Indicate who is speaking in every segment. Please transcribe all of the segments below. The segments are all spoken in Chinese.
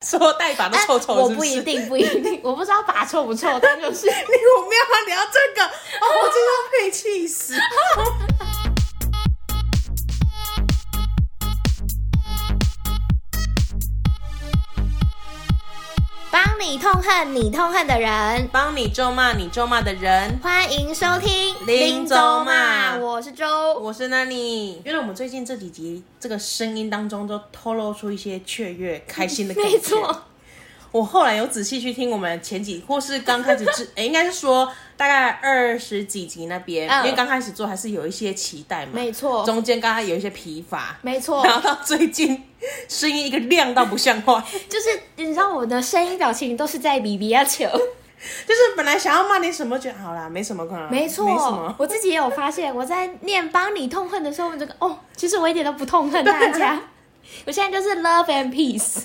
Speaker 1: 说带把都臭臭
Speaker 2: 哎我
Speaker 1: 是
Speaker 2: 不
Speaker 1: 是？
Speaker 2: 一定，不一定， 我不知道把臭不臭，但就是
Speaker 1: 你我们要聊这个，哦，我真要被气死。
Speaker 2: 帮你痛恨你痛恨的人。
Speaker 1: 帮你咒骂你咒骂的人，
Speaker 2: 欢迎收听
Speaker 1: 林州骂
Speaker 2: 我是周。
Speaker 1: 我是 Nani。因为我们最近这几集这个声音当中都透露出一些雀跃、开心的感觉。
Speaker 2: 没错，
Speaker 1: 我后来有仔细去听我们前几，或是刚开始之， 诶应该是说大概二十几集那边，
Speaker 2: 嗯
Speaker 1: 因为刚开始做还是有一些期待嘛。
Speaker 2: 没错
Speaker 1: 中间刚刚有一些疲乏，
Speaker 2: 没 错，
Speaker 1: 然后到最近声音一个亮到不像话，
Speaker 2: 就是你知道我的声音表情都是在比比亚 球，
Speaker 1: 就是本来想要骂点什么，觉得好啦，没什么可能，
Speaker 2: 没
Speaker 1: 没什
Speaker 2: 错
Speaker 1: 么，。
Speaker 2: 我自己也有发现，我在念帮你痛恨的时候，我这个哦，其实我一点都不痛恨大 家，我现在就是 love and peace，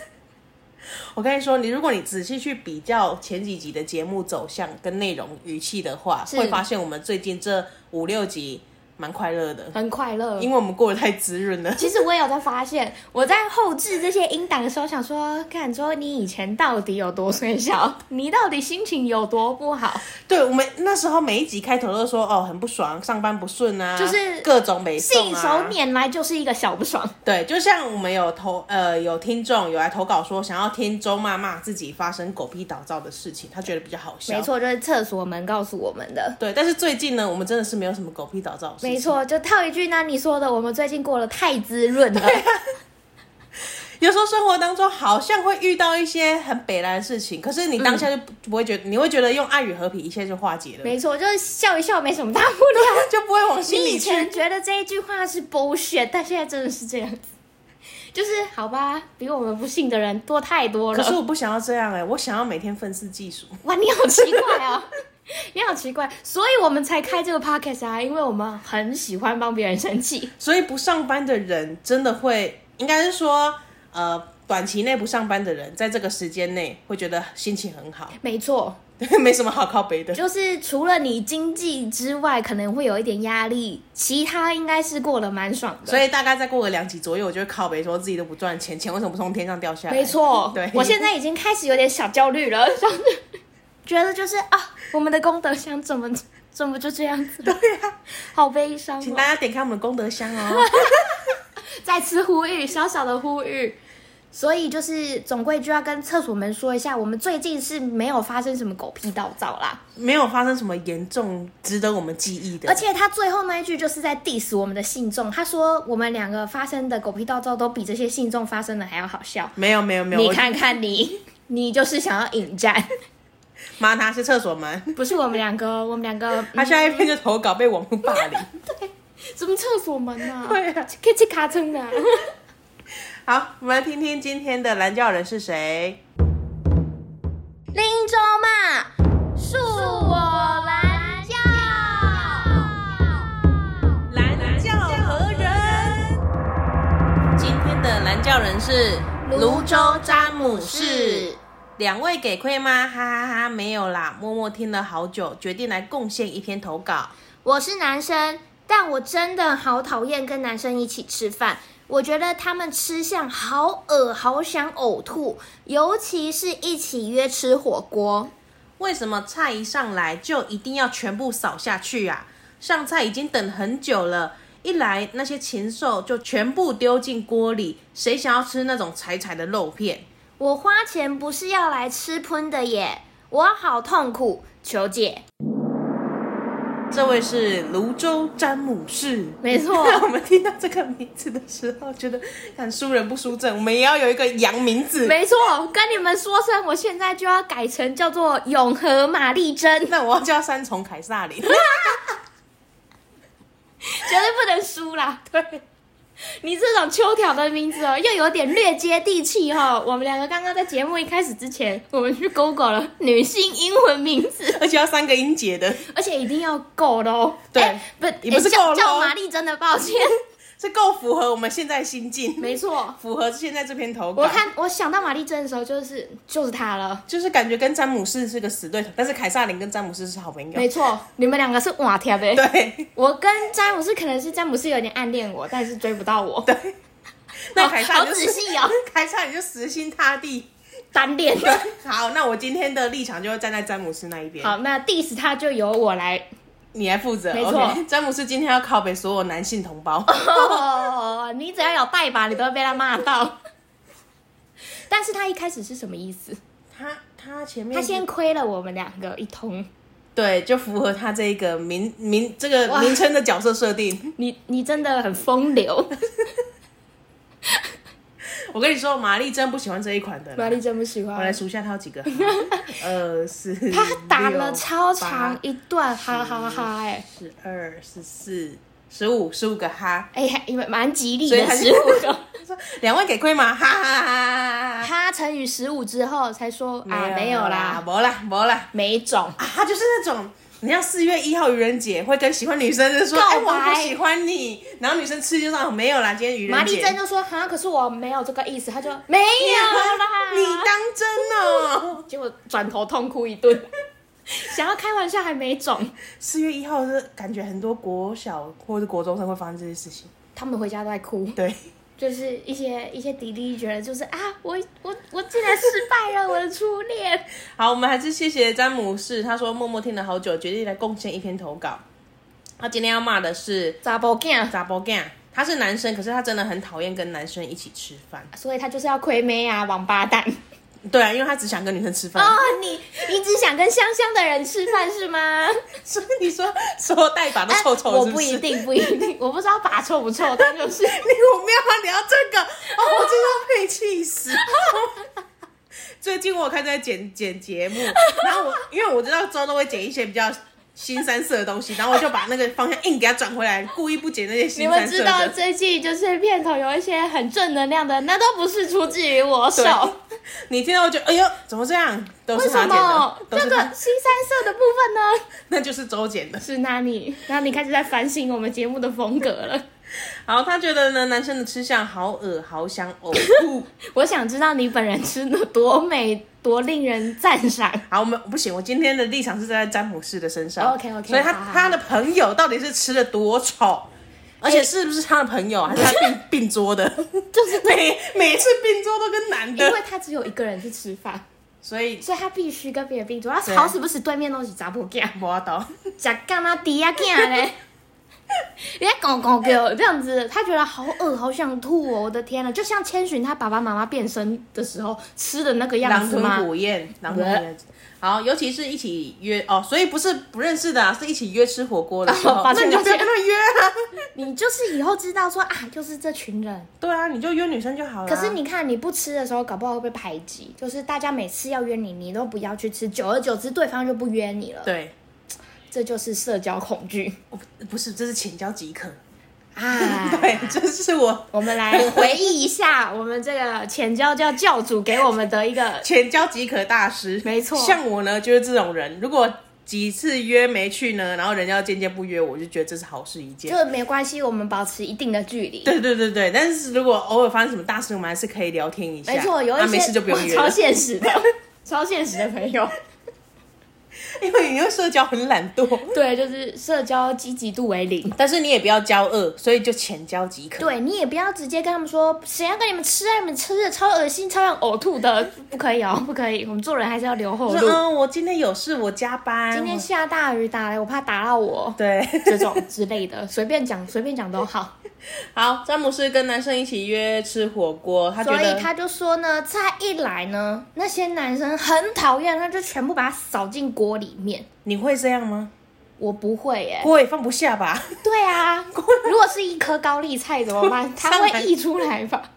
Speaker 1: 我跟你说，你如果你仔细去比较前几集的节目走向跟内容语气的话，
Speaker 2: 是
Speaker 1: 会发现我们最近这五六集蛮快乐的，
Speaker 2: 很快乐。
Speaker 1: 因为我们过得太滋润 了。
Speaker 2: 其实我也有在发现，我在后置这些音档的时候，想说，看说你以前到底有多衰小， 你到底心情有多不好，
Speaker 1: 对我们那时候每一集开头都说哦很不爽，上班不顺啊，
Speaker 2: 就是
Speaker 1: 各种没送
Speaker 2: 信手
Speaker 1: 啊。
Speaker 2: 拈来就是一个小不爽。
Speaker 1: 对，就像我们有投呃有听众有来投稿说想要听周妈骂自己发生狗屁倒灶的事情，他觉得比较好笑。
Speaker 2: 没，错，就是厕所门告诉我们的。
Speaker 1: 对。但是最近呢，我们真的是没有什么狗屁倒灶的事情。
Speaker 2: 没，错，就套一句那你说的，我们最近过得太滋润了。
Speaker 1: 有时候生活当中好像会遇到一些很北兰的事情，可是你当下就不不会觉得，你会觉得用爱与和平一切就化解了，
Speaker 2: 嗯没错，就是笑一笑，没什么大不了。
Speaker 1: 就不会往 心
Speaker 2: 你
Speaker 1: 里
Speaker 2: 以
Speaker 1: 去。
Speaker 2: 前觉得这一句话是 bullshit，但现在真的是这样子。就是好吧，比我们不幸的人多太多了。
Speaker 1: 可是我不想要这样哎、我想要每天愤世嫉俗。
Speaker 2: 哇，你好奇怪哦， 你好奇怪，所以我们才开这个 podcast 啊，因为我们很喜欢帮别人生气。
Speaker 1: 所以不上班的人真的会，应该是说，呃，短期内不上班的人，在这个时间内会觉得心情很好，
Speaker 2: 没错，
Speaker 1: 没什么好靠背的。
Speaker 2: 就是除了你经济之外，可能会有一点压力，其他应该是过得蛮爽的。
Speaker 1: 所
Speaker 2: 以
Speaker 1: 以大概再过个两集左右，我就会靠背说自己都不赚钱，钱为什么不从天上掉下来？
Speaker 2: 没错，
Speaker 1: 对
Speaker 2: 我现在已经开始有点小焦虑了， 就是觉得就是啊，我们的功德箱怎么怎么就这样子？对啊呀、好悲伤、
Speaker 1: 请
Speaker 2: 哦
Speaker 1: 大。家点开我们的功德箱哦。
Speaker 2: 再次呼吁，小小的呼吁。所以就是总归就要跟厕所们说一下，我们最近是没有发生什么狗屁倒灶啦，
Speaker 1: 没有发生什么严重值得我们记忆的，
Speaker 2: 而且他最后那一句就是在 diss 我们的信众，他说我们两个发生的狗屁倒灶都比这些信众发生的还要好笑。
Speaker 1: 没有没有没有，
Speaker 2: 你
Speaker 1: 我
Speaker 2: 看看你， 你就是想要引战，
Speaker 1: 妈他是厕所门，
Speaker 2: 不是我们两个，我们两 个
Speaker 1: 他
Speaker 2: 嗯
Speaker 1: 下一篇就投稿被网络霸凌。
Speaker 2: 什么厕所门 啊？
Speaker 1: 对啊，
Speaker 2: 可以去卡称 的啊。
Speaker 1: 好，我们来听听今天的蓝教人是谁。
Speaker 2: 林州 嘛，恕我蓝教。
Speaker 1: 蓝教何人？今天的蓝教人是
Speaker 2: 泸州
Speaker 1: 詹姆
Speaker 2: 士。
Speaker 1: 两位给亏吗？哈哈哈没有啦。默默听了好久，决定来贡献一篇投稿。
Speaker 2: 我是男生，但我真的好讨厌跟男生一起吃饭。我觉得他们吃相好恶，好想呕吐，尤其是一起约吃火锅。
Speaker 1: 为什么菜一上来就一定要全部扫下去啊？上菜已经等很久了，一来那些禽兽就全部丢进锅里，谁想要吃那种柴柴的肉片？
Speaker 2: 我花钱不是要来吃喷的耶，我好痛苦，求解。
Speaker 1: 这位是泸州詹姆士。
Speaker 2: 没错
Speaker 1: 我们听到这个名字的时候，觉得很输人不输阵，我们也要有一个洋名字。
Speaker 2: 没错，跟你们说声，我现在就要改成叫做永和玛丽珍，绝
Speaker 1: 那我要叫三重凯撒 林。
Speaker 2: 对不能输啦。对，你这种秋条的名字哦，又有点略接地气哦。我们两个刚刚在节目一开始之前，我们去 Google 了女性英文名字，
Speaker 1: 而且要三个音节的，
Speaker 2: 而且一定要够的哦。
Speaker 1: 对
Speaker 2: 哎不，
Speaker 1: 你不是
Speaker 2: 哎叫
Speaker 1: 够哦咯
Speaker 2: 叫玛丽珍的，抱歉。
Speaker 1: 这够符合我们现在心境，
Speaker 2: 没错，
Speaker 1: 符合现在这篇投稿。
Speaker 2: 我看我想到玛丽珍的时候，就是就是她了。
Speaker 1: 就是感觉跟詹姆斯是个死对头，但是凯撒琳跟詹姆斯是好朋友。
Speaker 2: 没错，你们两个是瓦贴呗。
Speaker 1: 对，
Speaker 2: 我跟詹姆斯可能是詹姆斯有点暗恋我，但是追不到我。
Speaker 1: 那凯撒
Speaker 2: 哦好
Speaker 1: 琳就
Speaker 2: 仔
Speaker 1: 是
Speaker 2: 细哦。
Speaker 1: 凯撒琳就死心塌地
Speaker 2: 单恋的。
Speaker 1: 好，那我今天的立场就会站在詹姆斯那一边。
Speaker 2: 好，那 diss 他就由我来。
Speaker 1: 你来负责。
Speaker 2: 没错
Speaker 1: OK，詹姆斯今天要拷贝所有男性同 胞。
Speaker 2: 哦， 你只要有拜把，你都会被他骂到。但是他一开始是什么意思？
Speaker 1: 他他前面
Speaker 2: 他先亏了我们两个一通。
Speaker 1: 对，就符合他这个名名这个
Speaker 2: 哇
Speaker 1: 名称的角色设定。
Speaker 2: 你你真的很风流，
Speaker 1: 我跟你说，玛丽真不喜欢这一款的啦。
Speaker 2: 玛丽真不喜
Speaker 1: 我来
Speaker 2: 欢。
Speaker 1: 数一下他有 几个。二四，
Speaker 2: 他打了
Speaker 1: 六
Speaker 2: 超长一段哈哈哈、哎
Speaker 1: 十二、十四、十五、十五个哈。
Speaker 2: 哎，还因为蛮吉利
Speaker 1: 所以
Speaker 2: 的
Speaker 1: 他
Speaker 2: 十五 个。
Speaker 1: 他说两万给亏吗？哈哈哈哈哈哈！
Speaker 2: 他乘以十五之后才说啊，没有啦，
Speaker 1: 没啦，没啦。
Speaker 2: 没种。
Speaker 1: 啊，他就是那种，你像四月一号愚人节会跟喜欢女生就说，
Speaker 2: 告
Speaker 1: 哎、我
Speaker 2: 白
Speaker 1: 不喜欢你，然后女生吃就说、哦、没有啦，今天愚
Speaker 2: 玛
Speaker 1: 人
Speaker 2: 丽
Speaker 1: 节。
Speaker 2: 珍就说哈，可是我没有这个意思，他就没有啦。
Speaker 1: 你当真哦？
Speaker 2: 结果转头痛哭一顿， 想要开玩笑还没种。
Speaker 1: 四月一号是感觉很多国小或者国中生会发生这些事情，
Speaker 2: 他们回家都在哭，
Speaker 1: 对，
Speaker 2: 就是一些一些迪丽觉得就是啊，我我我竟然失败了，我的初恋。
Speaker 1: 好，我们还是谢谢詹姆士，他说默默听了好久，决定来贡献一篇投稿。他今天要骂的是
Speaker 2: 咋不干？
Speaker 1: 杂波 g 他是男生，可是他真的很讨厌跟男生一起吃饭。
Speaker 2: 所以他就是要亏妹啊，王八蛋！
Speaker 1: 对啊，因为他只想跟女生吃饭。
Speaker 2: 哦，你你只想跟香香的人吃饭是 吗？啊
Speaker 1: 所以你说所有带把都臭臭的，
Speaker 2: 哎我
Speaker 1: 是
Speaker 2: 不
Speaker 1: 是
Speaker 2: 一。定， 不一定，我不知道把臭不臭，但就是
Speaker 1: 啊你我们要聊这个，哦，我真的被气死。最近我有开始在剪剪节目，然后我因为我知道之后都会剪一些比较新三色的东西，然后我就把那个方向硬给它转回来，故意不剪那些
Speaker 2: 你
Speaker 1: 新
Speaker 2: 们
Speaker 1: 三色
Speaker 2: 知道
Speaker 1: 的。
Speaker 2: 最近就是片头有一些很正能量的，那都不是出自于我手
Speaker 1: 对。你听到我就哎呦，怎么这样？都
Speaker 2: 为
Speaker 1: 是他
Speaker 2: 什
Speaker 1: 剪的
Speaker 2: 么，
Speaker 1: 都
Speaker 2: 这
Speaker 1: 是
Speaker 2: 个
Speaker 1: 他，
Speaker 2: 新三色的部分呢？
Speaker 1: 那就是周剪的。
Speaker 2: 是那你，那你开始在反省我们节目的风格了。
Speaker 1: 好，他觉得呢，男生的吃相好恶，好想呕 吐。
Speaker 2: 我想知道你本人吃的多美，多令人赞赏。
Speaker 1: 好，我们不行，我今天的立场是站在詹姆士的身上。
Speaker 2: 哦 OK，OK，
Speaker 1: 所以他
Speaker 2: 好好好
Speaker 1: 他的朋友到底是吃的多丑，哎而且是不是他的朋友，还是他并并桌的？
Speaker 2: 就是
Speaker 1: 每 每次并桌都跟男
Speaker 2: 因
Speaker 1: 的，
Speaker 2: 为他只有一个人去吃饭，
Speaker 1: 所以
Speaker 2: 所以他必须跟别人并桌。
Speaker 1: 对
Speaker 2: 他好死不死对面都是查甫 囝，
Speaker 1: 我到。
Speaker 2: 食干那猪啊囝 嘞。人家狗狗狗这样子，他觉得好恶，好想吐哦！我的天呐，就像千寻他爸爸妈妈变身的时候吃的那个样
Speaker 1: 狼
Speaker 2: 子
Speaker 1: 吞
Speaker 2: 吗？呃
Speaker 1: 虎咽，狼吞虎咽。好，尤其是一起约哦，所以不是不认识的、啊，是一起约吃火锅的时候，
Speaker 2: 哦抱
Speaker 1: 那
Speaker 2: 歉
Speaker 1: 你就不要
Speaker 2: 抱歉
Speaker 1: 跟他们约啊。
Speaker 2: 你就是以后知道说啊，就是这群人。
Speaker 1: 对啊，你就约女生就好了啊。
Speaker 2: 可是你看，你不吃的时候，搞不好会被排挤。就是大家每次要约你，你都不要去吃，久而久之，对方就不约你了。
Speaker 1: 对，
Speaker 2: 这就是社交恐惧
Speaker 1: 我不是，这是浅交即可。
Speaker 2: 啊
Speaker 1: 对，这是我
Speaker 2: 我们来回忆一下我们这个浅教教教主给我们的一 个，
Speaker 1: 浅交即可大师，
Speaker 2: 没错
Speaker 1: 像我呢，就是这种人，如果几次约没去呢，然后人家渐渐不约我，我就觉得这是好事一件。
Speaker 2: 就没关系，我们保持一定的距离。
Speaker 1: 对对对对，但是如果偶尔发生什么大事，我们还是可以聊天一下。
Speaker 2: 没错，有一
Speaker 1: 啊、
Speaker 2: 些、
Speaker 1: 没事就不用约
Speaker 2: 哇超
Speaker 1: 了，
Speaker 2: 现实的，超现实的朋友。
Speaker 1: 因为你又社交很懒惰，
Speaker 2: 对，就是社交积极度为零。
Speaker 1: 但是你也不要交恶，所以就浅交即可。
Speaker 2: 对你也不要直接跟他们说，谁要跟你们吃啊？你们吃的超恶心，超想呕吐的，不可以哦，不可以。我们做人还是要留后
Speaker 1: 我
Speaker 2: 路
Speaker 1: 说。嗯，我今天有事，我加班。
Speaker 2: 今天
Speaker 1: 我
Speaker 2: 下大雨打来，我怕打到我，
Speaker 1: 对，
Speaker 2: 这种之类的，随便讲随便讲都好。
Speaker 1: 好，詹姆斯跟男生一起约吃火锅，他觉
Speaker 2: 所
Speaker 1: 得
Speaker 2: 以他就说呢，再一来呢，那些男生很讨厌，他就全部把他扫进锅里面。
Speaker 1: 你会这样吗？
Speaker 2: 我不会耶、
Speaker 1: 锅也放不下吧？
Speaker 2: 对啊，如果是一颗高丽菜 怎么办？它会溢出来吧？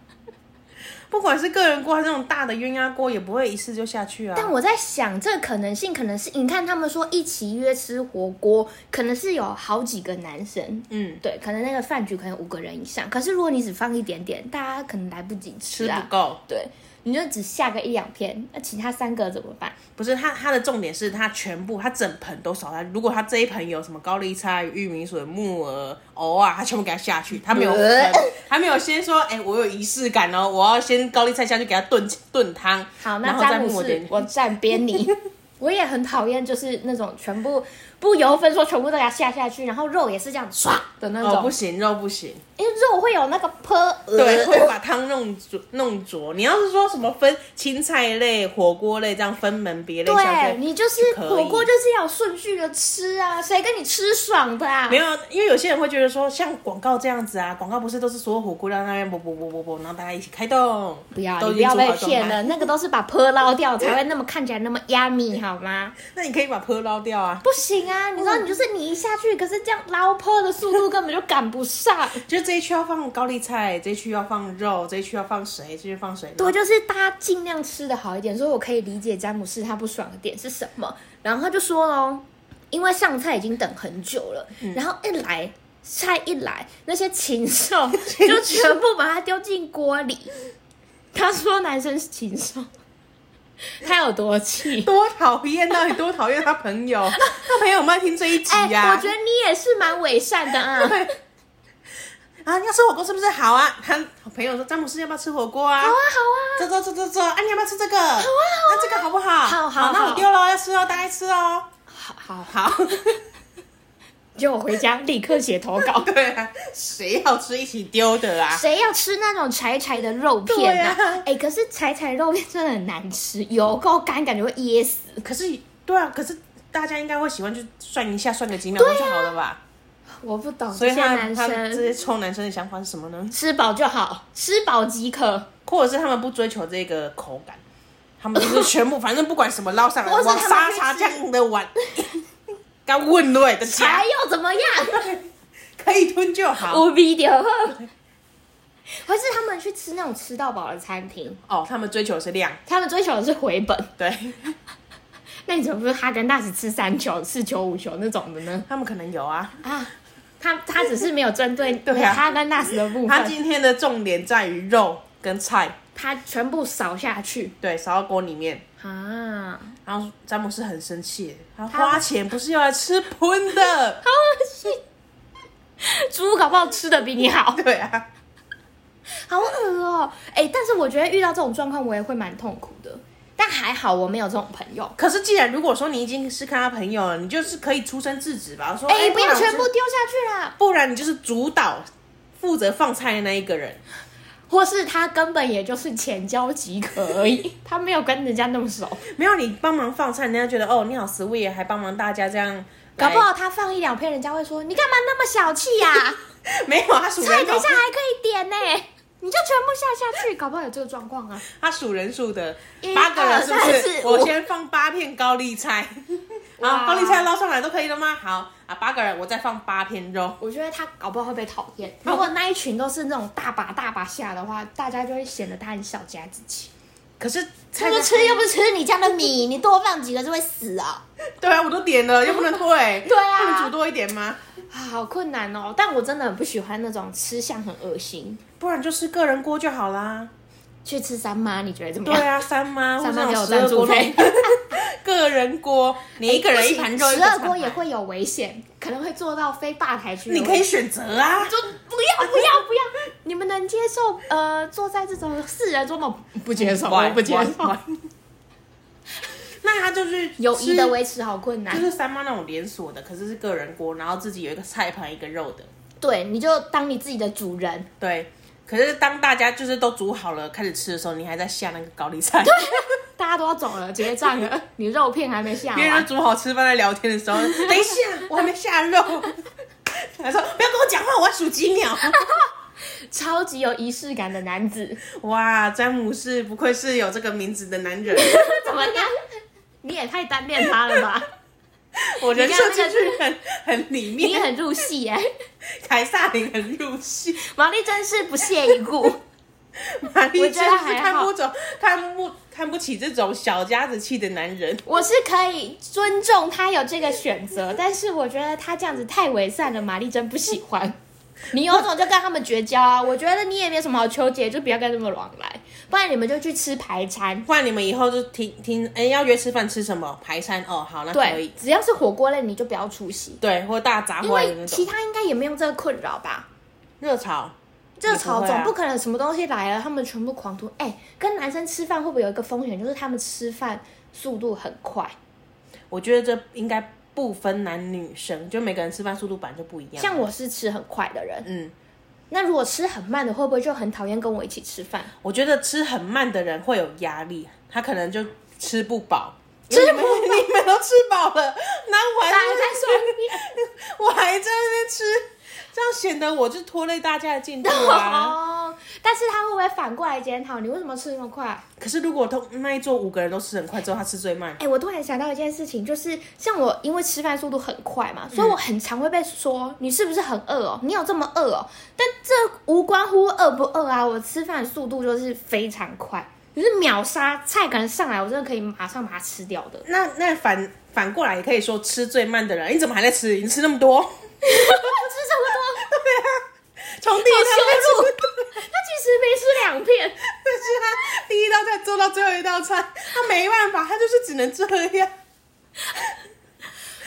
Speaker 1: 不管是个人锅还是那种大的鸳鸯锅，也不会一次就下去啊。
Speaker 2: 但我在想，这可能性可能是，你看他们说一起约吃火锅，可能是有好几个男生，
Speaker 1: 嗯，
Speaker 2: 对，可能那个饭局可能五个人以上。可是如果你只放一点点，大家可能来不及吃
Speaker 1: 吃
Speaker 2: 啊，
Speaker 1: 不够。
Speaker 2: 对，你就只下个一两片，那其他三个怎么办？
Speaker 1: 不是他，他的重点是他全部，他整盆都少他。如果他这一盆有什么高丽菜、玉米笋、木耳、藕啊，他全部给他下 去。他没有
Speaker 2: 呃
Speaker 1: 分，他没有先说，哎、我有仪式感哦，我要先高丽菜下去给他炖炖汤。
Speaker 2: 好，
Speaker 1: 然
Speaker 2: 那
Speaker 1: 后再
Speaker 2: 詹姆
Speaker 1: 抹
Speaker 2: 斯
Speaker 1: 点，哦
Speaker 2: 我站 边你。我也很讨厌，就是那种全部不由分说全部都给它下下去，然后肉也是这样唰
Speaker 3: 的那
Speaker 1: 哦，
Speaker 3: 种。
Speaker 1: 不行，肉不行，
Speaker 2: 因为肉会有那个呃泼，
Speaker 1: 对，会把汤弄浊弄浊。你要是说什么分青菜类、火锅类这样分门别类下
Speaker 2: 对
Speaker 1: 去，
Speaker 2: 你就是
Speaker 1: 可以
Speaker 2: 火锅就是要有顺序的吃啊，谁跟你吃爽的啊？
Speaker 1: 没有，因为有些人会觉得说，像广告这样子啊，广告不是都是所有火锅料那边啵啵啵啵啵，然后大家一起开动，
Speaker 2: 不要，
Speaker 1: 都
Speaker 2: 你
Speaker 1: 已经
Speaker 2: 不要
Speaker 1: 做
Speaker 2: 被
Speaker 1: 好状
Speaker 2: 骗
Speaker 1: 态
Speaker 2: 了，。那个都是把泼捞掉才会那么看起来那么 yummy 好 吗？
Speaker 1: 那你可以把泼捞掉啊，
Speaker 2: 不行啊，你知道你就是你一下去，可是这样捞泼的速度根本就赶不上。
Speaker 1: 就是这一区要放高丽菜，这一区要放肉，这一区要放谁，这一区放谁。
Speaker 2: 对，就是大家尽量吃的好一点，所以我可以理解詹姆斯他不爽的点是什么。然后他就说喽，因为上菜已经等很久了，然后一来菜一来，那些禽 兽就全部把它丢进锅里。他说男生是禽兽， 他有多气？
Speaker 1: 多讨厌，到底多讨厌他朋友？ 他朋友有没有听这一集啊
Speaker 2: 哎、
Speaker 1: 呀、
Speaker 2: 我觉得你也是蛮伪善的 啊。
Speaker 1: 对啊，你要吃火锅是不是好啊？他朋友说詹姆斯要不要吃火锅啊？
Speaker 2: 好啊，好
Speaker 1: 走走走走走，啊，你要不要吃这个？好啊，好啊那这个好不好？
Speaker 2: 好好
Speaker 1: 那
Speaker 2: 好
Speaker 1: 我丢了，要吃哦，大家吃哦。
Speaker 2: 啊，好 好，
Speaker 1: 好，
Speaker 2: 就我回家立刻写投稿。
Speaker 1: 对啊，谁要吃一起丢的啊？
Speaker 2: 谁要吃那种柴柴的肉片啊？
Speaker 1: 对
Speaker 2: 哎、
Speaker 1: 啊
Speaker 2: 可是柴柴肉片真的很难吃，油够干，感觉会噎死。
Speaker 1: 可是，对啊，可是大家应该会喜欢，就算一下，算个几秒钟就好了吧？
Speaker 2: 我不懂
Speaker 1: 所以
Speaker 2: 这些
Speaker 1: 他
Speaker 2: 男
Speaker 1: 他们这
Speaker 2: 生
Speaker 1: 啊些臭男生的想法是什么呢？
Speaker 2: 吃饱就好，吃饱即 可，
Speaker 1: 或者是他们不追求这个口感，他们就是全 部，反正不管什么捞上来，
Speaker 2: 或是他
Speaker 1: 往
Speaker 2: 们
Speaker 1: 沙
Speaker 2: 去
Speaker 1: 茶
Speaker 2: 吃
Speaker 1: 酱的碗，刚问对的夹
Speaker 2: 柴又怎么样？
Speaker 1: 可以吞就好。
Speaker 2: 无比的。还是他们去吃那种吃到饱的餐厅，
Speaker 1: 哦，他们追求的是量，
Speaker 2: 他们追求的是回本。
Speaker 1: 对
Speaker 2: 那你怎么不是哈根达斯吃三球、四球、五球那种的呢？
Speaker 1: 他们可能有啊。
Speaker 2: 啊，他他只是没有针 对
Speaker 1: 对啊
Speaker 2: 哈根达斯的部
Speaker 1: 他
Speaker 2: 分，
Speaker 1: 今天的重点在于肉跟菜，
Speaker 2: 他全部扫下去
Speaker 1: 对，烧到锅里面。
Speaker 2: 啊。
Speaker 1: 然后詹姆斯很生气，他
Speaker 2: 他
Speaker 1: 花钱不是用来吃喷 的，
Speaker 2: 好恶心！ 猪搞不好吃的比你好，
Speaker 1: 对啊，
Speaker 2: 好恶哦、哎、但是我觉得遇到这种状况，我也会蛮痛苦的。但还好我没有这种朋友。
Speaker 1: 可是既然如果说你已经是看他朋友了，你就是可以出声制止吧，说
Speaker 2: 哎、
Speaker 1: 哎、
Speaker 2: 不要
Speaker 1: 然我
Speaker 2: 全
Speaker 1: 就
Speaker 2: 部丢下去啦！
Speaker 1: 不然你就是主导负责放菜的那一个人。
Speaker 2: 或是他根本也就是浅交即可而已， 他没有跟人家那么熟，
Speaker 1: 没有你帮忙放菜，人家觉得哦你好 sweet，还帮忙大家这样。
Speaker 2: 搞不
Speaker 1: 来
Speaker 2: 好他放一两片，人家会说你干嘛那么小气 呀、
Speaker 1: 哎没有他数
Speaker 2: 菜
Speaker 1: 人
Speaker 2: 等一
Speaker 1: 口
Speaker 2: 下，还可以点呢、你就全部下下去，搞不好有这个状况啊！
Speaker 1: 他数人数的
Speaker 2: 一
Speaker 1: 八个人是不
Speaker 2: 二三
Speaker 1: 是？
Speaker 2: 四五
Speaker 1: 我先放八片高丽菜，
Speaker 2: 哇
Speaker 1: 好，高丽菜捞上来都可以了吗？好啊，八个人我再放八片肉。
Speaker 2: 我觉得他搞不好会被讨厌。如果那一群都是那种大把大把下的话，大家就会显得他很小家子气。
Speaker 1: 可是
Speaker 2: 他
Speaker 1: 菜
Speaker 2: 说吃又不是吃你家的米，你多放几个就会死啊、
Speaker 1: 对啊，我都点 了，又不能退，
Speaker 2: 对啊
Speaker 1: 不能煮多一点吗？
Speaker 2: 啊好困难哦！但我真的很不喜欢那种吃相很恶心。
Speaker 1: 不然就是个人锅就好啦。
Speaker 2: 去吃三妈，你觉得怎么
Speaker 1: 对
Speaker 2: 样？
Speaker 1: 啊，三妈或
Speaker 2: 三
Speaker 1: 者那
Speaker 2: 妈给
Speaker 1: 种
Speaker 2: 我
Speaker 1: 十二
Speaker 2: 赞助
Speaker 1: 锅
Speaker 2: 费，
Speaker 1: 那种 个人锅，你一个人一盘肉，一
Speaker 2: 十
Speaker 1: 个
Speaker 2: 二
Speaker 1: 餐
Speaker 2: 锅也
Speaker 1: 盘
Speaker 2: 会有危险，可能会坐到非吧台去。
Speaker 1: 你可以选择啊。
Speaker 2: 就不要不要不要，你们能接受呃坐在这种四人桌吗？不接受
Speaker 1: 我不接受。 那他就是
Speaker 2: 友谊的
Speaker 1: 吃
Speaker 2: 维持好困难
Speaker 1: 就。是三妈那种连锁的，可是是个人锅，然后自己有一个菜盘一个肉的，
Speaker 2: 对，你就当你自己的主人。
Speaker 1: 对。可是当大家就是都煮好了开始吃的时候，你还在下那个高丽菜，
Speaker 2: 大家都要走了，结账 了，你肉片还没下
Speaker 1: 别人
Speaker 2: 完。
Speaker 1: 都煮好吃饭在聊天 的时候，等一下我还没下肉，他说不要跟我讲话，我要数几 秒。
Speaker 2: 超级有仪式感的 男子，
Speaker 1: 哇，詹姆士不愧是有这个名字的男 人，
Speaker 2: 怎么样？你也太单恋他了吧？
Speaker 1: 我人
Speaker 2: 你
Speaker 1: 设
Speaker 2: 刚刚
Speaker 1: 进
Speaker 2: 那个
Speaker 1: 去很 很里
Speaker 2: 你也
Speaker 1: 面，
Speaker 2: 很入戏耶、
Speaker 1: 凯撒琳很入戏。
Speaker 2: 玛丽真是不屑一顾。
Speaker 1: 玛丽
Speaker 2: 我
Speaker 1: 真
Speaker 2: 觉得
Speaker 1: 是
Speaker 2: 还
Speaker 1: 看
Speaker 2: 好
Speaker 1: 不走、看不看不起这种小家子气的男人。
Speaker 2: 我是可以尊重他有这个选择，但是我觉得他这样子太伪善了，玛丽真不喜欢。你有种就跟他们绝交啊！我觉得你也没有什么好纠结，就不要跟他们往来，不然你们就去吃排餐。
Speaker 1: 不然你们以后就听听，哎、要约吃饭吃什么排餐哦，好，那可以
Speaker 2: 对。，只要是火锅类你就不要出席，
Speaker 1: 对，或大杂
Speaker 2: 因
Speaker 1: 烩的
Speaker 2: 为
Speaker 1: 啊那
Speaker 2: 其
Speaker 1: 种
Speaker 2: 他应该也没有这个困扰吧？
Speaker 1: 热炒，
Speaker 2: 热
Speaker 1: 也不
Speaker 2: 炒
Speaker 1: 会
Speaker 2: 总
Speaker 1: 啊
Speaker 2: 不可能什么东西来了，他们全部狂吐。哎、跟男生吃饭会不会有一个风险，就是他们吃饭速度很快？
Speaker 1: 我觉得这应该不分男女生，就每个人吃饭速度本来就不一样。
Speaker 2: 像，我是吃很快的人，
Speaker 1: 嗯，
Speaker 2: 那如果吃很慢的，会不会就很讨厌跟我一起吃饭？
Speaker 1: 我觉得吃很慢的人会有压力，他可能就吃不饱。
Speaker 2: 吃不
Speaker 1: 因
Speaker 2: 饱
Speaker 1: 为你们你们都吃饱了，那哎我还在
Speaker 2: 大家在
Speaker 1: 那边吃，我还在那边吃，这样显得我就拖累大家的进度啊。
Speaker 2: 哦，但是他会不会反过来检讨你为什么吃那么快？
Speaker 1: 可是如果同那一桌五个人都吃很快之后，他吃最慢，
Speaker 2: 哎、我突然想到一件事情，就是像我，因为吃饭速度很快嘛，
Speaker 1: 嗯
Speaker 2: 所以我很常会被说、你是不是很饿哦？你有这么饿哦？但这无关乎饿不饿啊，我吃饭速度就是非常快，就是秒杀菜，可能上来我真的可以马上把它吃掉的。
Speaker 1: 那那反反过来也可以说，吃最慢的人，你怎么还在吃？你吃那么多，
Speaker 2: 吃这么多，
Speaker 1: 从第一道
Speaker 2: 好羞
Speaker 1: 菜
Speaker 2: 辱，他其实没吃两片，
Speaker 1: 但是他第一道菜做到最后一道菜，他没办法，他就是只能这样。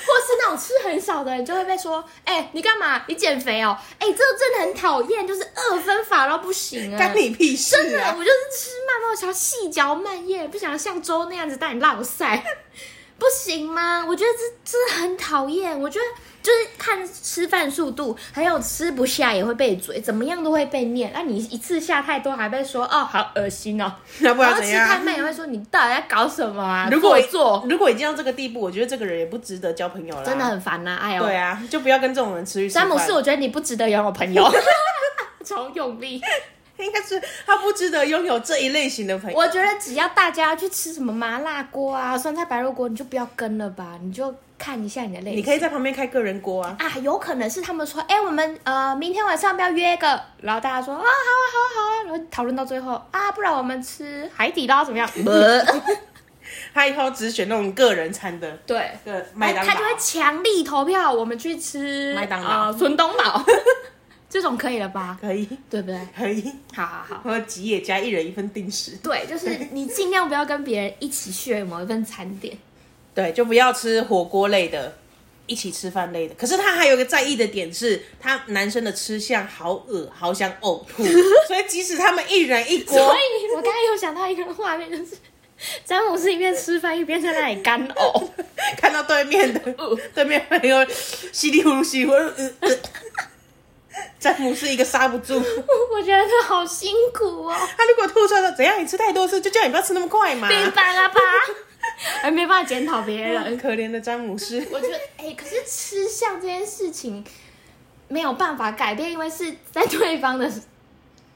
Speaker 2: 或是那种吃很少的人就会被说，哎、你干嘛？你减肥哦？哎、这真的很讨厌，就是二分法到不行啊！
Speaker 1: 干你屁事
Speaker 2: 真的，
Speaker 1: 啊！
Speaker 2: 我就是吃慢慢，我想要细嚼慢咽，不想要像粥那样子带你落塞， 不行吗？我觉得这真的很讨厌。我觉得就是看吃饭速度，还有吃不下也会被嘴，怎么样都会被念。那、你一次下太多，还被说哦，好恶心哦。
Speaker 1: 要不
Speaker 2: 然
Speaker 1: 然
Speaker 2: 后
Speaker 1: 怎
Speaker 2: 吃太
Speaker 1: 样？
Speaker 2: 慢也会说你到底在搞什么啊？
Speaker 1: 如果
Speaker 2: 做作
Speaker 1: 如果已经到这个地步，我觉得这个人也不值得交朋友了。
Speaker 2: 真的，很烦呐、哎呦，
Speaker 1: 对啊，就不要跟这种人吃去吃
Speaker 2: 詹
Speaker 1: 饭。
Speaker 2: 姆斯，我觉得你不值得拥有朋友， 超用力。
Speaker 1: 应该是他不值得拥有这一类型的朋友。
Speaker 2: 我觉得只要大家去吃什么麻辣锅啊、酸菜白肉锅，你就不要跟了吧，你就看一下你的类
Speaker 1: 你
Speaker 2: 型。
Speaker 1: 可以在旁边开个人锅啊。
Speaker 2: 啊，有可能是他们说，哎、我们呃明天晚上要不要约一个？然后大家说啊，好啊，好啊，好啊，然后讨论到最后啊，不然我们吃海底 捞怎么样？
Speaker 1: 呃他以后只选那种个人餐的，
Speaker 2: 对，哎
Speaker 1: 个麦当劳
Speaker 2: 他就会强力投票，我们去吃
Speaker 1: 麦当劳
Speaker 2: 呃孙东宝， 这种可以了吧？
Speaker 1: 可以
Speaker 2: 对不对？
Speaker 1: 可以。
Speaker 2: 好好好。
Speaker 1: 和吉野家一人一份定时，
Speaker 2: 对，就是你尽量不要跟别人一起 share 某一份餐点。
Speaker 1: 对，就不要吃火锅类的，一起吃饭类的。可是他还有一个在意的点是，他男生的吃相好恶，好想呕 吐，所以即使他们一人一锅，
Speaker 2: 所以我刚才有想到一个画面，就是詹姆斯一边吃饭一边在那里干 呕，
Speaker 1: 看到对面的，
Speaker 2: 哦
Speaker 1: 对面朋友稀里糊涂稀里糊涂，呃呃詹姆斯一个刹不 住，
Speaker 2: 我觉得他好辛苦哦，
Speaker 1: 他如果吐出来说怎样，你吃太多次，就叫你不要吃那么快嘛，
Speaker 2: 被办了吧？还哎没办法检讨别人。
Speaker 1: 可怜的詹姆斯。
Speaker 2: 我觉得，哎、可是吃相这件事情没有办法改变，因为是在对方的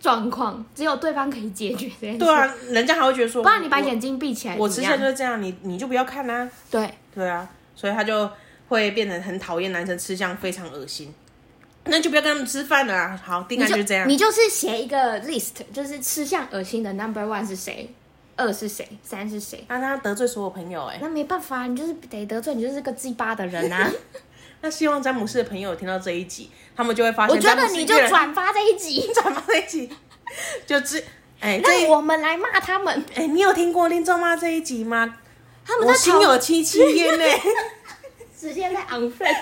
Speaker 2: 状况，只有对方可以解决这件事。
Speaker 1: 对，啊，人家还会觉得说，
Speaker 2: 不然你把眼睛闭起来，
Speaker 1: 我我
Speaker 2: 怎
Speaker 1: 吃
Speaker 2: 么
Speaker 1: 相
Speaker 2: 样
Speaker 1: 就是这样，你你就不要看啦、
Speaker 2: 对，
Speaker 1: 对啊，所以他就会变得很讨厌男生吃相，非常恶心。那就不要跟他们吃饭了啊！好，定
Speaker 2: 你
Speaker 1: 案就是这样
Speaker 2: 你。就是写一个 list，就是吃相恶心的 number one 是谁，二是谁，三是谁。
Speaker 1: 那啊他得罪所有朋友哎、
Speaker 2: 那没办法，你就是得得罪，你就是个鸡巴的人 啊！
Speaker 1: 那希望詹姆斯的朋友听到这一集，他们就会发现，
Speaker 2: 我觉得你就
Speaker 1: 转
Speaker 2: 转发这一 集，
Speaker 1: 转发这一集，就知哎、这
Speaker 2: 让
Speaker 1: 一
Speaker 2: 我们来骂他们，
Speaker 1: 哎、你有听过林正妈这一集吗？
Speaker 2: 他们
Speaker 1: 我
Speaker 2: 在
Speaker 1: 心
Speaker 2: 讨
Speaker 1: 有戚戚焉呢、
Speaker 2: 直接在 unfriend，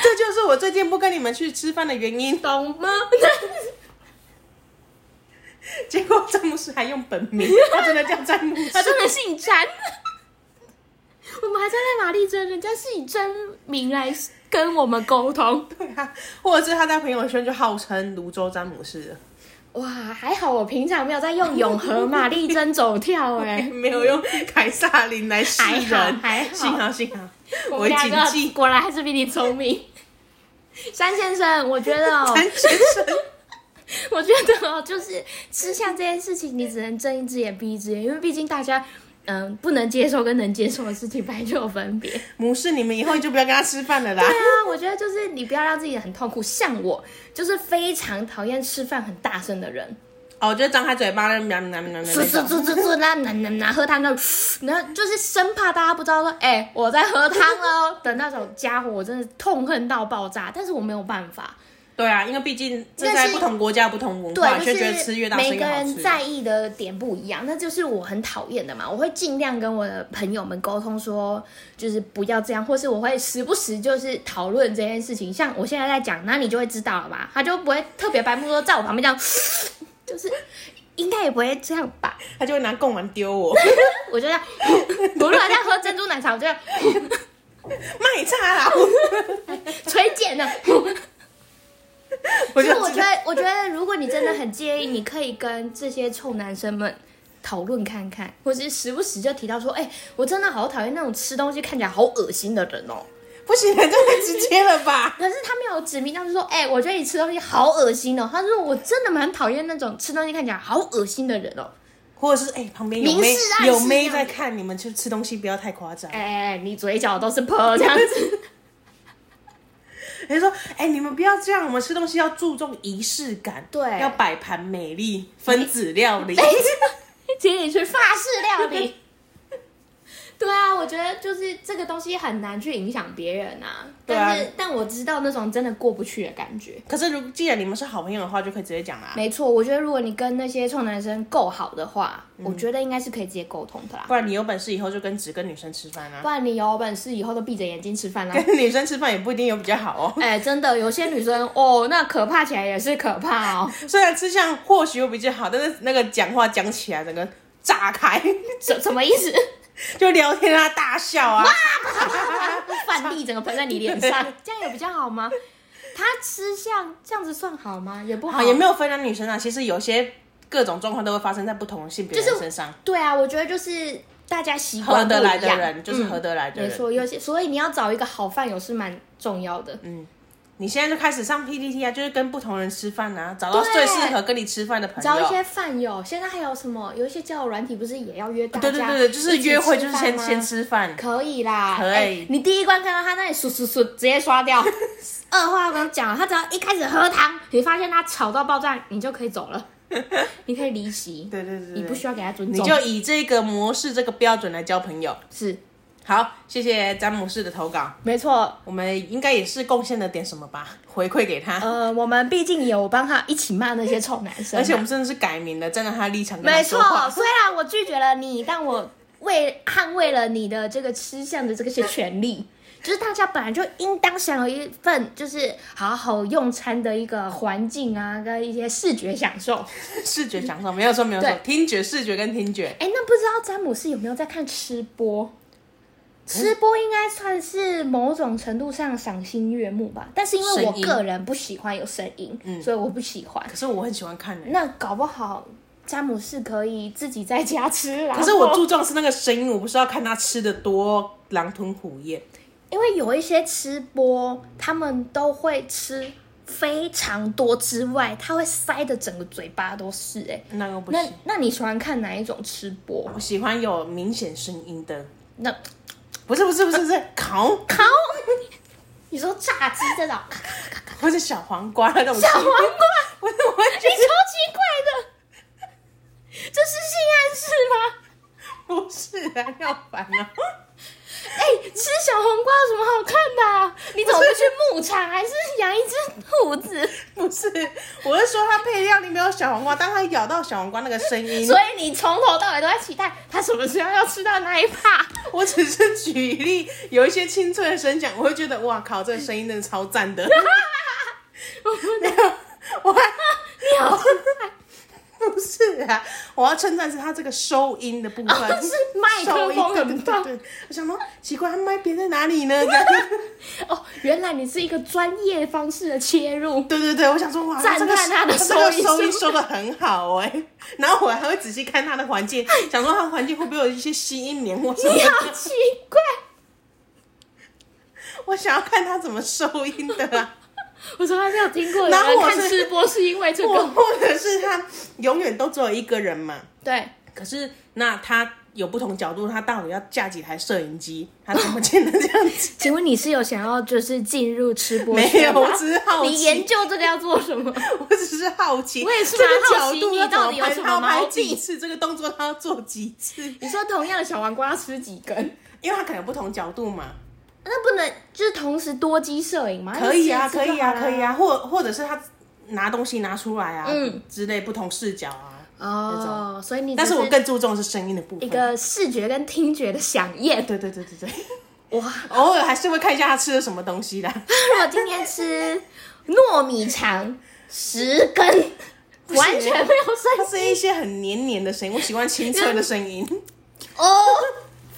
Speaker 1: 这就是我最近不跟你们去吃饭的原因。
Speaker 2: 懂吗？
Speaker 1: 结果詹姆斯还用本名，他真的叫詹姆
Speaker 2: 他
Speaker 1: 斯。
Speaker 2: 啊真的姓詹，我们还在那玛丽真人家是以真名来跟我们沟通。
Speaker 1: 对啊，或者是他在朋友圈就号称泸州詹姆斯了。
Speaker 2: 哇，还好我平常没有在用永和玛丽珍走跳哎、
Speaker 1: 没有用凯撒琳来示
Speaker 2: 还
Speaker 1: 人
Speaker 2: 好，还好
Speaker 1: 幸好幸好，
Speaker 2: 我
Speaker 1: 我
Speaker 2: 们
Speaker 1: 已
Speaker 2: 两
Speaker 1: 谨
Speaker 2: 个
Speaker 1: 记。
Speaker 2: 果然还是比你聪 明。山先生，我觉得哦
Speaker 1: 詹，先生，
Speaker 2: 我觉得哦，就是吃相这件事情，你只能睁一只眼闭一只眼，因为毕竟大家。嗯，不能接受跟能接受的事情本来就有分别。 对
Speaker 1: 母氏，你们以后就不要跟他吃饭了啦。
Speaker 2: 啊，我觉得就是你不要让自己很痛苦。像我就是非常讨厌吃饭很大声的人，
Speaker 1: 哦，我就张开嘴巴，那喵喵喵喵
Speaker 2: 嗖嗖
Speaker 1: 那种。
Speaker 2: 嗖嗖嗖，那那那那喝汤那种， 然后就是生怕大家不知道说，哎、我在喝汤哦的那种家伙，我真的痛恨到爆炸。但是我没有办法，
Speaker 1: 对啊，因为毕竟这
Speaker 2: 但
Speaker 1: 在
Speaker 2: 是
Speaker 1: 不同国家、不同文化，
Speaker 2: 对，
Speaker 1: 却
Speaker 2: 就
Speaker 1: 觉得吃越
Speaker 2: 是
Speaker 1: 大声
Speaker 2: 每
Speaker 1: 越
Speaker 2: 个
Speaker 1: 好
Speaker 2: 人
Speaker 1: 吃。
Speaker 2: 在意的点不一样，那就是我很讨厌的嘛。我会尽量跟我的朋友们沟通说，就是不要这样，或是我会时不时就是讨论这件事情。像我现在在讲，那你就会知道了吧？他就不会特别白目说在我旁边这样，就是应该也不会这样吧？
Speaker 1: 他就会拿贡丸丢我，
Speaker 2: 我就这样，我如果在喝珍珠奶茶，我就这样
Speaker 1: 卖差啦！
Speaker 2: 垂减呢、
Speaker 1: 我
Speaker 2: 所以我
Speaker 1: 这
Speaker 2: 觉得，我觉得如果你真的很介意，你可以跟这些臭男生们讨论看看，或者是时不时就提到说，哎、我真的好讨厌那种吃东西看起来好恶心的人哦。
Speaker 1: 不行，这太直接了吧？
Speaker 2: 可是他没有指名道姓说，哎、我觉得你吃东西好恶心哦。他说我真的蛮讨厌那种吃东西看起来好恶心的人哦。
Speaker 1: 或者是哎、旁边有
Speaker 2: 明
Speaker 1: 妹
Speaker 2: 示暗示
Speaker 1: 有妹
Speaker 2: 这样
Speaker 1: 在
Speaker 2: 子
Speaker 1: 看，你们去吃东西不要太夸张。
Speaker 2: 哎、你嘴角都是泡这样子。
Speaker 1: 他说：“哎、你们不要这样，我们吃东西要注重仪式感，
Speaker 2: 对
Speaker 1: 要摆盘美丽，分子料理。
Speaker 2: 等一下， 请你去法式料理。 对啊，我觉得就是这个东西很难去影响别人啊。
Speaker 1: 对啊
Speaker 2: 但是，但我知道那种真的过不去的感觉。
Speaker 1: 可是如既然你们是好朋友的话，就可以直接讲啦、
Speaker 2: 没错，我觉得如果你跟那些臭男生够好的话，我觉得应该是可以直接沟通的啦。
Speaker 1: 不然你有本事以后就跟只跟女生吃饭啊
Speaker 2: 不，然你有本事以后都闭着眼睛吃饭 啦。
Speaker 1: 跟女生吃饭也不一定有比较好哦。
Speaker 2: 哎、真的，有些女生哦，那可怕起来也是可怕哦，
Speaker 1: 虽然吃相或许有比较好，但是那个讲话讲起来整个炸开，
Speaker 2: 什什么意思？
Speaker 1: 就聊天啊大笑啊，
Speaker 2: 饭粒整个喷在你脸上， 这样有比较好吗？他吃相这样子算好吗？也不好，
Speaker 1: 好也没有分男女生啊。其实有些各种状况都会发生在不同的性别
Speaker 2: 就
Speaker 1: 人
Speaker 2: 是
Speaker 1: 身上，
Speaker 2: 对啊，我觉得就是大家习
Speaker 1: 合
Speaker 2: 惯
Speaker 1: 得
Speaker 2: 不一
Speaker 1: 来的
Speaker 2: 样
Speaker 1: 人就是合
Speaker 2: 嗯
Speaker 1: 得来的
Speaker 2: 没
Speaker 1: 人。
Speaker 2: 错，有些所以你要找一个好饭友是蛮重要的。
Speaker 1: 嗯你现在就开始上 PPT 啊，就是跟不同人吃饭啊，找到
Speaker 2: 对
Speaker 1: 最适合跟你吃饭的朋
Speaker 2: 找一
Speaker 1: 友。
Speaker 2: 些饭友，现在还有什么？有一些交友软体不是也要约大
Speaker 1: 对
Speaker 2: 家一
Speaker 1: 对
Speaker 2: 起吃饭
Speaker 1: 对
Speaker 2: 吗？
Speaker 1: 对，就是约会就是先先吃饭，
Speaker 2: 可以啦，
Speaker 1: 可以
Speaker 2: 哎你第一关看到他那里数数数，直接刷 掉。二话不用讲，他只要一开始喝汤，你发现他吵到爆炸，你就可以走 了，你可以离席，
Speaker 1: 对对对对
Speaker 2: 你不需要给他尊
Speaker 1: 你
Speaker 2: 重，
Speaker 1: 就以这个模式这个标准来交朋友。
Speaker 2: 是
Speaker 1: 好，谢谢詹姆士的投稿，
Speaker 2: 没错。
Speaker 1: 我们应该也是贡献了点什么吧，回馈给他。
Speaker 2: 呃，我们毕竟有帮他一起骂那些臭男生
Speaker 1: 而
Speaker 2: 啊，
Speaker 1: 且我们真的是改名了，站在他立场跟他
Speaker 2: 没
Speaker 1: 说
Speaker 2: 错
Speaker 1: 话。，
Speaker 2: 虽然我拒绝了你，但我为捍卫了你的这个吃相的这个些权 利，就是大家本来就应当享有一份就是好好用餐的一个环境啊，跟一些视觉享受。
Speaker 1: 视觉享受没有错没有错
Speaker 2: 对，
Speaker 1: 听觉视觉跟听觉，
Speaker 2: 哎，那不知道詹姆斯有没有在看吃播？吃播应该算是某种程度上赏心悦目吧，但是因为我
Speaker 1: 声音
Speaker 2: 个人不喜欢有声音，嗯所以我不喜欢。
Speaker 1: 可是我很喜欢看人。欸
Speaker 2: 那搞不好詹姆斯可以自己在家吃，然
Speaker 1: 可是我
Speaker 2: 后
Speaker 1: 注重是那个声音，我不是要看他吃的多狼吞虎咽。
Speaker 2: 因为有一些吃播，他们都会吃非常多之外，他会塞的整个嘴巴都是、欸。哎，
Speaker 1: 那个不
Speaker 2: 那
Speaker 1: 行，
Speaker 2: 那你喜欢看哪一种吃播？
Speaker 1: 我喜欢有明显声音的，
Speaker 2: 那
Speaker 1: 不是不是不是是烤，
Speaker 2: 烤，你说炸鸡这种，
Speaker 1: 或是小黄瓜那种。
Speaker 2: 小黄瓜，
Speaker 1: 不是我会
Speaker 2: 你
Speaker 1: 觉
Speaker 2: 超奇怪的，这是性暗示吗？
Speaker 1: 得不是啊，要烦啊！
Speaker 2: 哎、吃小黄瓜有什么好看的、啊？你怎么不去牧场，还是养一只兔子？
Speaker 1: 不是，我是说它配料里没有小黄瓜，当它咬到小黄瓜那个声音，
Speaker 2: 所以你从头到尾都在期待它什么时候要吃到那一趴。
Speaker 1: 我只是举例，有一些清脆的声响，我会觉得哇靠，这个声音真的超赞的。没有，我还
Speaker 2: 你好奇怪。
Speaker 1: 不是啊，我要称赞是它这个收音的部分，
Speaker 2: 哦是麦克风
Speaker 1: 收音
Speaker 2: 很棒
Speaker 1: 对对对，我想说奇怪，它麦别在哪里呢？这样
Speaker 2: 哦，原来你是一个专业方式的切入，
Speaker 1: 对对对，我想说哇，
Speaker 2: 赞
Speaker 1: 这个
Speaker 2: 叹他的
Speaker 1: 这个
Speaker 2: 收音
Speaker 1: 收音
Speaker 2: 是
Speaker 1: 收的很好哎、 然后我还会仔细看他的环境，想说他的环境会不会有一些吸音棉或什么
Speaker 2: 哎你
Speaker 1: 的，
Speaker 2: 好奇怪。
Speaker 1: 我想要看他怎么收音的、 啊，
Speaker 2: 我从来没有听过有
Speaker 1: 然后
Speaker 2: 人
Speaker 1: 我
Speaker 2: 看
Speaker 1: 是
Speaker 2: 吃播是因为这
Speaker 1: 或
Speaker 2: 个。
Speaker 1: 或者是他永远都只有一个人嘛，
Speaker 2: 对，
Speaker 1: 可是那他。有不同角度，他到底要架几台摄影机？他怎么进的这样子？
Speaker 2: 请问你是有想要就是进入吃播
Speaker 1: 没
Speaker 2: 圈
Speaker 1: 有，
Speaker 2: 吗
Speaker 1: 我只是好
Speaker 2: 你研
Speaker 1: 奇，
Speaker 2: 究这个要做什么？
Speaker 1: 我只是好奇，
Speaker 2: 我也是
Speaker 1: 这个
Speaker 2: 蛮好
Speaker 1: 角
Speaker 2: 奇
Speaker 1: 度
Speaker 2: 你
Speaker 1: 要怎
Speaker 2: 到
Speaker 1: 么
Speaker 2: 底有
Speaker 1: 拍，
Speaker 2: 什么
Speaker 1: 他要拍
Speaker 2: 毛
Speaker 1: 几
Speaker 2: 病
Speaker 1: 次这个动作，他要做几次？
Speaker 2: 你说同样的小黄瓜要吃几根？
Speaker 1: 因为他可能有不同角度嘛。
Speaker 2: 那不能就是同时多机摄影吗？
Speaker 1: 可以啊，
Speaker 2: 那几次
Speaker 1: 可以啊，
Speaker 2: 就好啦
Speaker 1: 可以。啊，或或者是他拿东西拿出来啊，
Speaker 2: 嗯
Speaker 1: 之类不同视角啊。
Speaker 2: 哦，所以你只
Speaker 1: 但是我更注重的是声音的部分。
Speaker 2: 一个视觉跟听觉的响应。
Speaker 1: 对对对对对，
Speaker 2: 哇，
Speaker 1: 偶尔还是会看一下他吃了什么东西的。
Speaker 2: 如果今天吃糯米肠十根，
Speaker 1: 行
Speaker 2: 完全没有
Speaker 1: 它
Speaker 2: 声
Speaker 1: 是一些很黏黏的声音，我喜欢清脆的声音。
Speaker 2: 哦。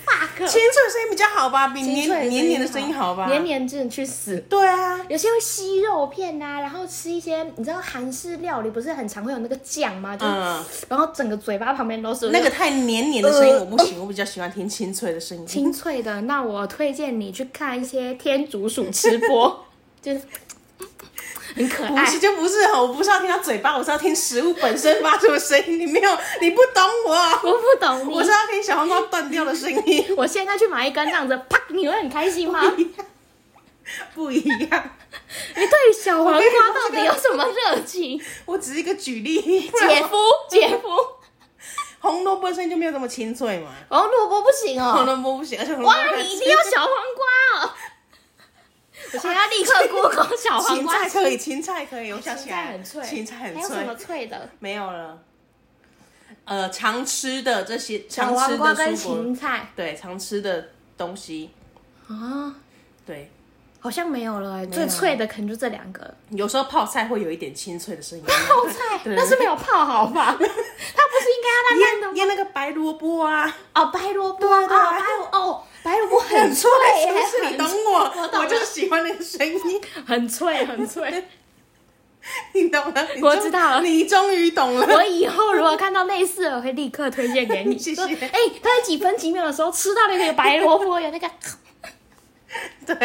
Speaker 2: fuck，个
Speaker 1: 清脆声音比较好吧，比
Speaker 2: 清
Speaker 1: 黏
Speaker 2: 脆
Speaker 1: 黏黏的声音好吧？
Speaker 2: 黏嗯黏真的去死。
Speaker 1: 对啊，
Speaker 2: 有些会吸肉片呐、然后吃一些，你知道韩式料理不是很常会有那个酱吗？就是，
Speaker 1: 嗯
Speaker 2: 然后整个嘴巴旁边都是
Speaker 1: 那个太黏黏的声音
Speaker 2: 呃
Speaker 1: 我不行，我比较喜欢听清脆的声音。
Speaker 2: 清脆的。那我推荐你去看一些天竺鼠吃播， 就是很可
Speaker 1: 不
Speaker 2: 爱。
Speaker 1: 是就不是哦，我不是要听它嘴巴，我是要听食物本身发出的声音。你没有，你不懂我，
Speaker 2: 我不懂 你，
Speaker 1: 我是要听小黄瓜断掉的声音，
Speaker 2: 我现在去买一根这样子，啪，你会很开心吗？你
Speaker 1: 不一样。
Speaker 2: 哎对小黄瓜到底有什么热 情？
Speaker 1: 我只是一个举例，不
Speaker 2: 姐
Speaker 1: 然
Speaker 2: 夫，姐 夫，
Speaker 1: 红萝卜的声音就没有这么清脆嘛。
Speaker 2: 哦，萝卜不行
Speaker 1: 红
Speaker 2: 哦，
Speaker 1: 萝卜不行，而且红萝卜
Speaker 2: 哇，
Speaker 1: 很
Speaker 2: 你一定要小黄瓜哦！ 我现在要立 刻 Google 小黄
Speaker 1: 芹
Speaker 2: 瓜，
Speaker 1: 菜可以，芹菜可以，我想起
Speaker 2: 芹菜
Speaker 1: 来
Speaker 2: 很脆，
Speaker 1: 芹菜
Speaker 2: 还
Speaker 1: 很
Speaker 2: 有什么
Speaker 1: 脆，
Speaker 2: 脆的？
Speaker 1: 没有了。呃，常吃的这些，
Speaker 2: 小
Speaker 1: 常
Speaker 2: 黄
Speaker 1: 吃
Speaker 2: 瓜
Speaker 1: 的
Speaker 2: 跟
Speaker 1: 蔬果，
Speaker 2: 芹菜
Speaker 1: 对，常吃的东西，
Speaker 2: 啊，
Speaker 1: 对，
Speaker 2: 好像没有了哎，
Speaker 1: 有
Speaker 2: 最脆的可能就这两 个。
Speaker 1: 有时候泡菜会有一点清脆的声音。
Speaker 2: 泡菜
Speaker 1: 对
Speaker 2: 那是没有泡好吧？它 不是应该要烂烂的
Speaker 1: 腌
Speaker 2: 吗？
Speaker 1: 腌那个白萝卜啊，
Speaker 2: 哦，白萝卜
Speaker 1: 对对
Speaker 2: 哦，白萝哦，白萝卜很
Speaker 1: 很
Speaker 2: 脆
Speaker 1: 脆， 是不是？
Speaker 2: 耶
Speaker 1: 你懂
Speaker 2: 很
Speaker 1: 我，
Speaker 2: 我懂了
Speaker 1: 就是喜欢那个声音，
Speaker 2: 很脆，很脆。
Speaker 1: 你懂了？你
Speaker 2: 我
Speaker 1: 终
Speaker 2: 知道了
Speaker 1: 你终于懂 了。
Speaker 2: 我以后如果看到类似的，我会立刻推荐给 你。
Speaker 1: 谢谢
Speaker 2: 说哎、他在几分几秒的时候吃到那个白萝卜，有那 个。
Speaker 1: 对，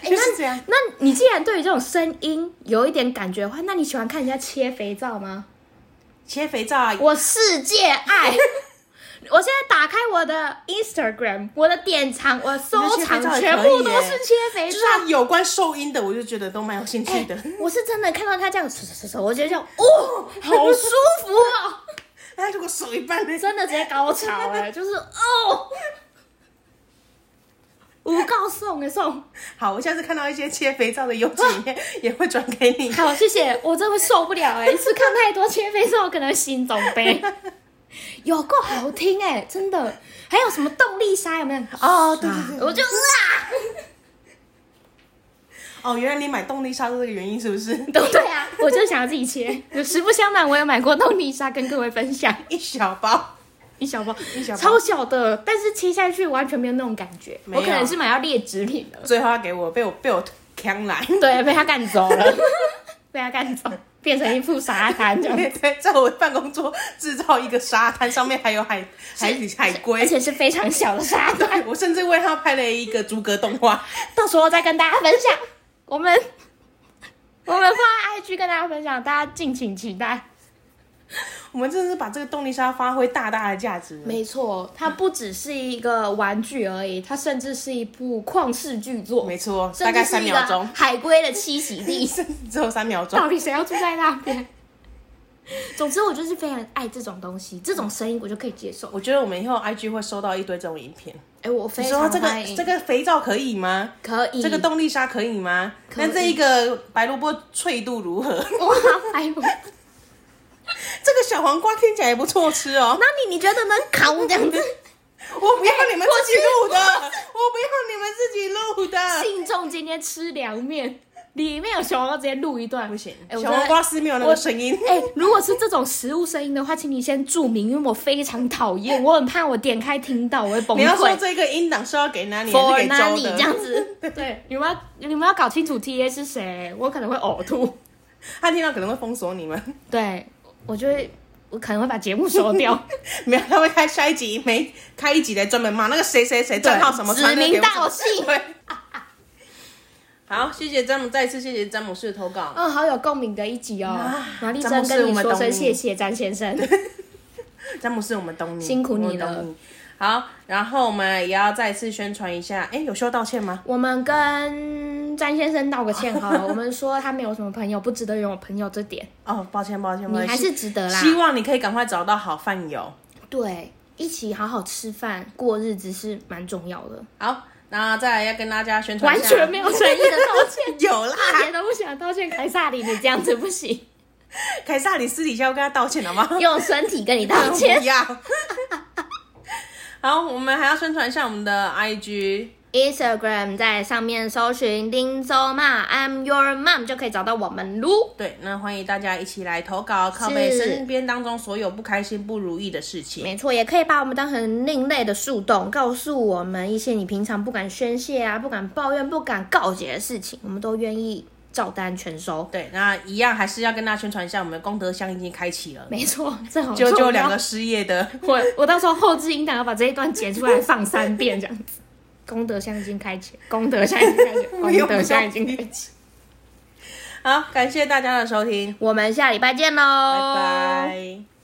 Speaker 2: 哎
Speaker 1: 就是这样。
Speaker 2: 那你既然对于这种声音有一点感觉的话，那你喜欢看人家切肥皂吗？
Speaker 1: 切肥皂啊，
Speaker 2: 我世界爱。 我现在打开我的 Instagram，我的典藏，我收藏
Speaker 1: 那切肥皂也可以
Speaker 2: 全部都是切肥
Speaker 1: 就
Speaker 2: 皂
Speaker 1: 是。它有关收音的，我就觉得都蛮有兴趣的。
Speaker 2: 我是真的看到他这样唰唰唰唰，我觉得就 哦，好舒服哦，
Speaker 1: 那如果手一半呢？
Speaker 2: 真的直接高潮 哎，就是哦，无告送哎送，
Speaker 1: 好，我下次看到一些切肥皂的有影片，也会转给你。
Speaker 2: 好谢谢，我真的会受不了哎，一次看太多切飞之后可能心中悲，有够好听哎，真的，还有什么动力沙有没有？
Speaker 1: 哦，对对对，
Speaker 2: 我就啊，
Speaker 1: 哦，原来你买动力沙是这个原因，是不是？
Speaker 2: 对对啊，我就想要自己切。实不相瞒，我有买过动力沙，跟各位分享
Speaker 1: 一小包，
Speaker 2: 一小包，
Speaker 1: 一小包
Speaker 2: 超小的，但是切下去完全没有那种感觉。
Speaker 1: 没
Speaker 2: 我
Speaker 1: 有
Speaker 2: 可能是买到劣质品了，
Speaker 1: 最后他给我，被我被我扛来。
Speaker 2: 对，被他干走了， 被他干走，变成一副沙滩这样。
Speaker 1: 对对，在我办公桌制造一个沙滩，上面还有海海海
Speaker 2: 而
Speaker 1: 龟。
Speaker 2: 且是非常小的沙滩，
Speaker 1: 我甚至为他拍了一个逐格动画，
Speaker 2: 到时候再跟大家分享。我们我们放在 IG 跟大家分享，大家敬请期待。
Speaker 1: 我们真的是把这个动力沙发挥大大的价值。
Speaker 2: 没错，它不只是一个玩具而已，它甚至是一部旷世巨作，
Speaker 1: 没错，大
Speaker 2: 甚
Speaker 1: 概
Speaker 2: 至是
Speaker 1: 三
Speaker 2: 一
Speaker 1: 秒
Speaker 2: 个
Speaker 1: 钟，
Speaker 2: 海龟的栖息 地。
Speaker 1: 只有三秒钟。
Speaker 2: 到底谁要住在那边？总之，我就是非常爱这种东西，这种声音我就可以接受。
Speaker 1: 我觉得我们以后 IG 会收到一堆这种影片。
Speaker 2: 哎、我非
Speaker 1: 你
Speaker 2: 常
Speaker 1: 说这个
Speaker 2: 欢迎
Speaker 1: 这个肥皂可以吗？
Speaker 2: 可以，
Speaker 1: 这个动力沙可以吗？
Speaker 2: 可以
Speaker 1: 那这一个白萝卜脆度如何？
Speaker 2: 哇，哎我，
Speaker 1: 这个小黄瓜听起来也不错吃 哦。
Speaker 2: 那你你觉得能扛这 样子？
Speaker 1: 我不要你们自己录 的， 我不要你们自己录的，
Speaker 2: 信众今天吃凉面，里面有小黄瓜，直接录一段
Speaker 1: 不行。
Speaker 2: 哎、我
Speaker 1: 小
Speaker 2: 真
Speaker 1: 黄
Speaker 2: 的
Speaker 1: 瓜丝没有那个声音。
Speaker 2: 哎、如果是这种食物声音的话，请你先注明，因为我非常讨厌，我很怕我点开听到我会崩溃。
Speaker 1: 你要说这个音档是要给哪里，还
Speaker 2: for
Speaker 1: 是给
Speaker 2: n
Speaker 1: 周
Speaker 2: y 这
Speaker 1: 的？
Speaker 2: 样子， 对，你们要你们要搞清楚 TA 是谁，我可能会呕吐。
Speaker 1: 他听到可能会封锁你们，
Speaker 2: 对，我就会，我可能会把节目收 掉，
Speaker 1: 没有，他会开下一集，每开一集来专门骂那个谁谁谁账号什么
Speaker 2: 指
Speaker 1: 传那个给
Speaker 2: 名
Speaker 1: 我
Speaker 2: 道姓。
Speaker 1: 对。好，谢谢詹姆，再一次谢谢詹姆士的投稿。
Speaker 2: 哦，好有共鸣的一集哦
Speaker 1: 啊。
Speaker 2: 玛丽
Speaker 1: 詹
Speaker 2: 珍
Speaker 1: 姆斯
Speaker 2: 跟
Speaker 1: 我
Speaker 2: 你
Speaker 1: 们
Speaker 2: 说
Speaker 1: 懂
Speaker 2: 声
Speaker 1: 你
Speaker 2: 谢谢詹先生，
Speaker 1: 詹姆斯，我们懂你，
Speaker 2: 辛苦你
Speaker 1: 我们懂
Speaker 2: 了
Speaker 1: 好，然后我们也要再次宣传一下，哎，有需要道歉吗？
Speaker 2: 我们跟詹先生道个歉好 了。我们说他没有什么朋友，不值得拥有朋友这点，
Speaker 1: 哦，抱歉，抱歉，
Speaker 2: 你
Speaker 1: 抱歉
Speaker 2: 还是值得啦。
Speaker 1: 希望你可以赶快找到好饭友。
Speaker 2: 对，一起好好吃饭过日子是蛮重要的。
Speaker 1: 好，那再来要跟大家宣传
Speaker 2: 完
Speaker 1: 一下，
Speaker 2: 全没啊 有诚意的道歉，
Speaker 1: 有啦，
Speaker 2: 一点都不想道歉。凯撒里，你这样子不行，
Speaker 1: 凯撒，你私底下要跟他道歉好吗？
Speaker 2: 用身体跟你道歉。
Speaker 1: 不要。好，我们还要宣传一下我们的 IG，
Speaker 2: Instagram，在上面搜寻林州嘛，I'm your mom 就可以找到我们喽。
Speaker 1: 对，那欢迎大家一起来投稿，靠背身边当中所有不开心、不如意的事情。
Speaker 2: 没错，也可以把我们当成另类的树洞，告诉我们一些你平常不敢宣泄啊、不敢抱怨、不敢告解的事情，我们都愿意照单全收。
Speaker 1: 对，那一样还是要跟大家宣传一下，我们的功德箱已经开启了，
Speaker 2: 没错，这好
Speaker 1: 救
Speaker 2: 重
Speaker 1: 救
Speaker 2: 要
Speaker 1: 两个失业的。
Speaker 2: 我我到时候后置音档要把这一段剪出来放三遍这样子。功德箱已经开启，功德箱已经开启，
Speaker 1: 我又 不懂
Speaker 2: 功德箱已经开启。
Speaker 1: 好，感谢大家的收听，
Speaker 2: 我们下礼拜见喽，
Speaker 1: 拜拜。